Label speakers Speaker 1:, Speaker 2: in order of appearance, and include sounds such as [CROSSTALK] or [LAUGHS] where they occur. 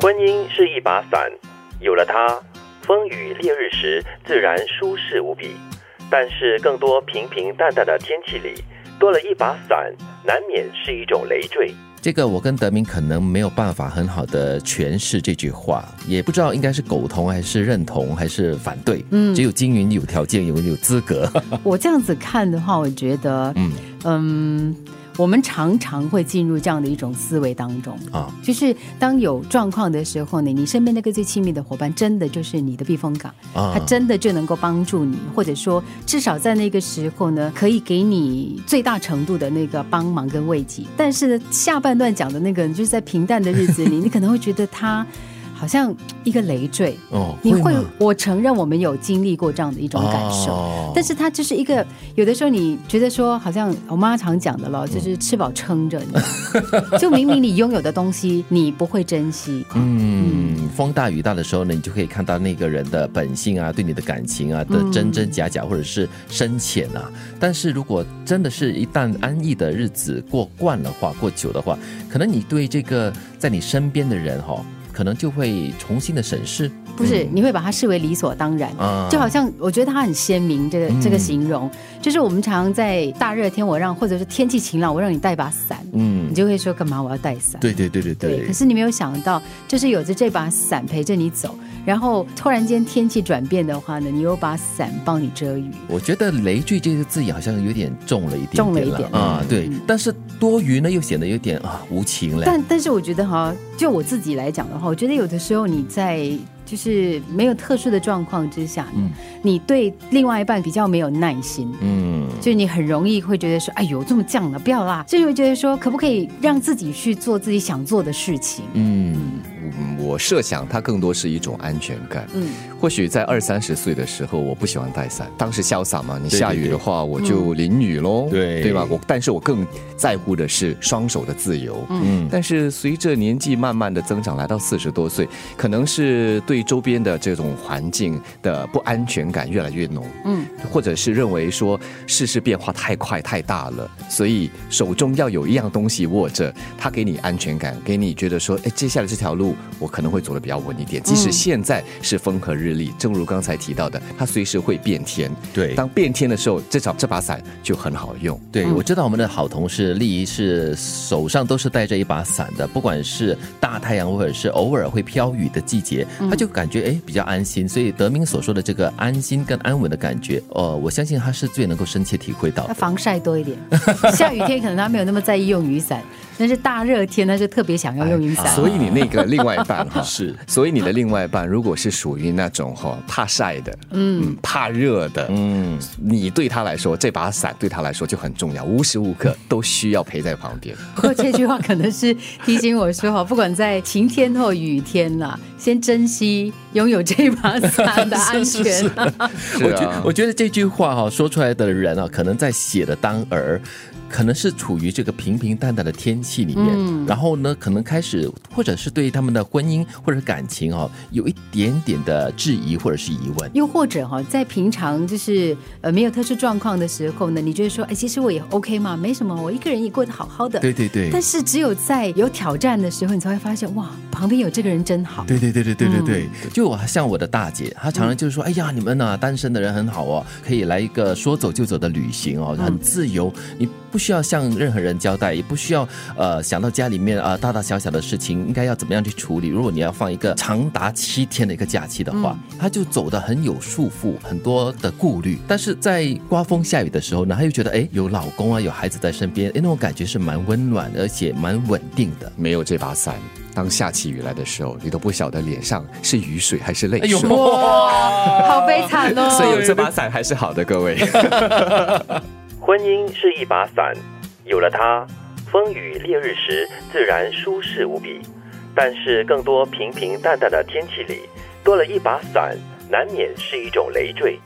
Speaker 1: 婚姻是一把伞，有了它，风雨烈日时自然舒适无比。但是，更多平平淡淡的天气里，多了一把伞，难免是一种累赘。
Speaker 2: 这个我跟德明可能没有办法很好的诠释这句话，也不知道应该是苟同还是认同还是反对。
Speaker 3: 嗯
Speaker 2: 只有金云有条件，有有资格。
Speaker 3: 我这样子看的话，我觉得，
Speaker 2: 嗯
Speaker 3: 嗯，我们常常会进入这样的一种思维当中。
Speaker 2: 啊，
Speaker 3: 就是当有状况的时候呢，你身边那个最亲密的伙伴，真的就是你的避风港，
Speaker 2: 啊
Speaker 3: 他真的就能够帮助你，或者说至少在那个时候呢，可以给你最大程度的那个帮忙跟慰藉。但是呢，下半段讲的那个，就是在平淡的日
Speaker 2: [LAUGHS]
Speaker 3: 子里，你可能会觉得他好像一个累赘。
Speaker 2: 哦，
Speaker 3: 你会
Speaker 2: 吗，
Speaker 3: 我承认我们有经历过这样的一种感受，
Speaker 2: 哦
Speaker 3: 但是它就是一个，有的时候你觉得说，好像我妈常讲的了，
Speaker 2: 嗯
Speaker 3: 就是吃饱撑着你，
Speaker 2: [LAUGHS]
Speaker 3: 就明明你拥有的东西你不会珍惜，
Speaker 2: 嗯，风大雨大的时候呢，你就可以看到那个人的本性啊，对你的感情啊
Speaker 3: 嗯
Speaker 2: 的真真假假，或者是深浅啊。但是如果真的是一旦安逸的日子过惯的话，过久的话，可能你对这个在你身边的人哈、可能就会重新的审视。
Speaker 3: 不是
Speaker 2: 嗯
Speaker 3: 你会把它视为理所当然。
Speaker 2: 啊
Speaker 3: 就好像我觉得它很鲜明，这个、
Speaker 2: 嗯
Speaker 3: 这个形容，就是我们常在大热天我让，或者是天气晴朗我让你带把伞，
Speaker 2: 嗯
Speaker 3: 你，就会说干嘛我要带伞？
Speaker 2: 对对对对对，
Speaker 3: 可是你没有想到，就是有着这把伞陪着你走，然后突然间天气转变的话呢，你有把伞帮你遮雨。
Speaker 2: 我觉得“累赘”这个字眼好像有点重了一点
Speaker 3: 重了一
Speaker 2: 啦
Speaker 3: 点
Speaker 2: 啊，
Speaker 3: 嗯
Speaker 2: 对。但是多余呢，又显得有点啊无情了。
Speaker 3: 但但是我觉得哈，就我自己来讲的话，我觉得有的时候你在就是没有特殊的状况之下，
Speaker 2: 嗯
Speaker 3: 你对另外一半比较没有耐心。
Speaker 2: 嗯，
Speaker 3: 就你很容易会觉得说，哎呦，这么犟了，不要啦。所以会觉得说，可不可以让自己去做自己想做的事情？
Speaker 2: 嗯
Speaker 4: 嗯，我设想它更多是一种安全感。
Speaker 3: 嗯，
Speaker 4: 或许在二三十岁的时候，我不喜欢带伞，当时潇洒嘛，你
Speaker 2: 对嗯
Speaker 4: 下雨的话我就淋雨喽，
Speaker 2: 对
Speaker 4: 对吧？我但是我更在乎的是双手的自由。
Speaker 2: 嗯，
Speaker 4: 但是随着年纪慢慢的增长，来到四十多岁，可能是对周边的这种环境的不安全感越来越浓，
Speaker 3: 嗯，
Speaker 4: 或者是认为说世事变化太快太大了，所以手中要有一样东西握着，它给你安全感，给你觉得说，哎，接下来这条路我可能会走得比较稳一点，即使现在是风和日丽，正如刚才提到的，它随时会变天，
Speaker 2: 对
Speaker 4: 当变天的时候，至少这把伞就很好用。
Speaker 2: 对，嗯我知道我们的好同事丽仪是手上都是带着一把伞的，不管是大太阳或者是偶尔会飘雨的季节，她就感觉哎比较安心。所以德明所说的这个安心跟安稳的感觉，呃，我相信他是最能够深切体会到
Speaker 3: 要
Speaker 2: 的。
Speaker 3: 防晒多一点。下雨天可能他没有那么在意用雨伞，但是大热天他就特别想要用 [LAUGHS] 雨伞。
Speaker 4: 所以你那个另外一半哈
Speaker 2: 啊 [LAUGHS] 是
Speaker 4: 所以你的另外一半如果是属于那种哈怕晒的，嗯，怕热的，
Speaker 2: 嗯，
Speaker 4: 你对他来说这把伞对他来说就很重要，无时无刻都需要陪在旁边。
Speaker 3: 不过这句话可能是提醒我说哈，不管在晴天或雨天啦，先珍惜拥有这把伞的安
Speaker 4: [LAUGHS]
Speaker 3: 全。啊
Speaker 4: 是
Speaker 2: 我觉
Speaker 4: 啊
Speaker 2: 我觉得这句话哈、说出来的人啊，可能在写的当儿，可能是处于这个平平淡淡的天气里面，然后呢，可能开始或者是对他们的婚姻或者感情哦，有一点点的质疑或者是疑问。
Speaker 3: 又或者哈，在平常就是呃没有特殊状况的时候呢，你就会说，哎，其实我也 OK 嘛，没什么，我一个人也过得好好的。
Speaker 2: 对对对，
Speaker 3: 但是只有在有挑战的时候，你才会发现，哇，旁边有这个人真好。
Speaker 2: 对对对对对
Speaker 4: 嗯
Speaker 2: 对对，就我像我的大姐，她常常就是说，哎呀，你们呐、单身的人很好哦，可以来一个说走就走的旅行哦，很自由，你不需要向任何人交代，也不需要呃想到家里面啊、呃大大小小的事情应该要怎么样去处理。如果你要放一个长达七天的一个假期的话，她就走的很有束缚，很多的顾虑。但是在刮风下雨的时候呢，她又觉得哎，有老公啊，有孩子在身边，哎，那种感觉是蛮温暖，而且蛮稳定的。
Speaker 4: 没有这把伞，当下起雨来的时候，你都不晓得脸上是雨水还是泪
Speaker 2: 哎呦，
Speaker 4: 水。
Speaker 2: 哇
Speaker 3: 好悲惨哦！
Speaker 4: [LAUGHS] 所以有这把伞还是好的，各位。
Speaker 1: 婚姻是一把伞，有了它，风雨烈日时自然舒适无比。但是，更多平平淡淡的天气里，多了一把伞，难免是一种累赘。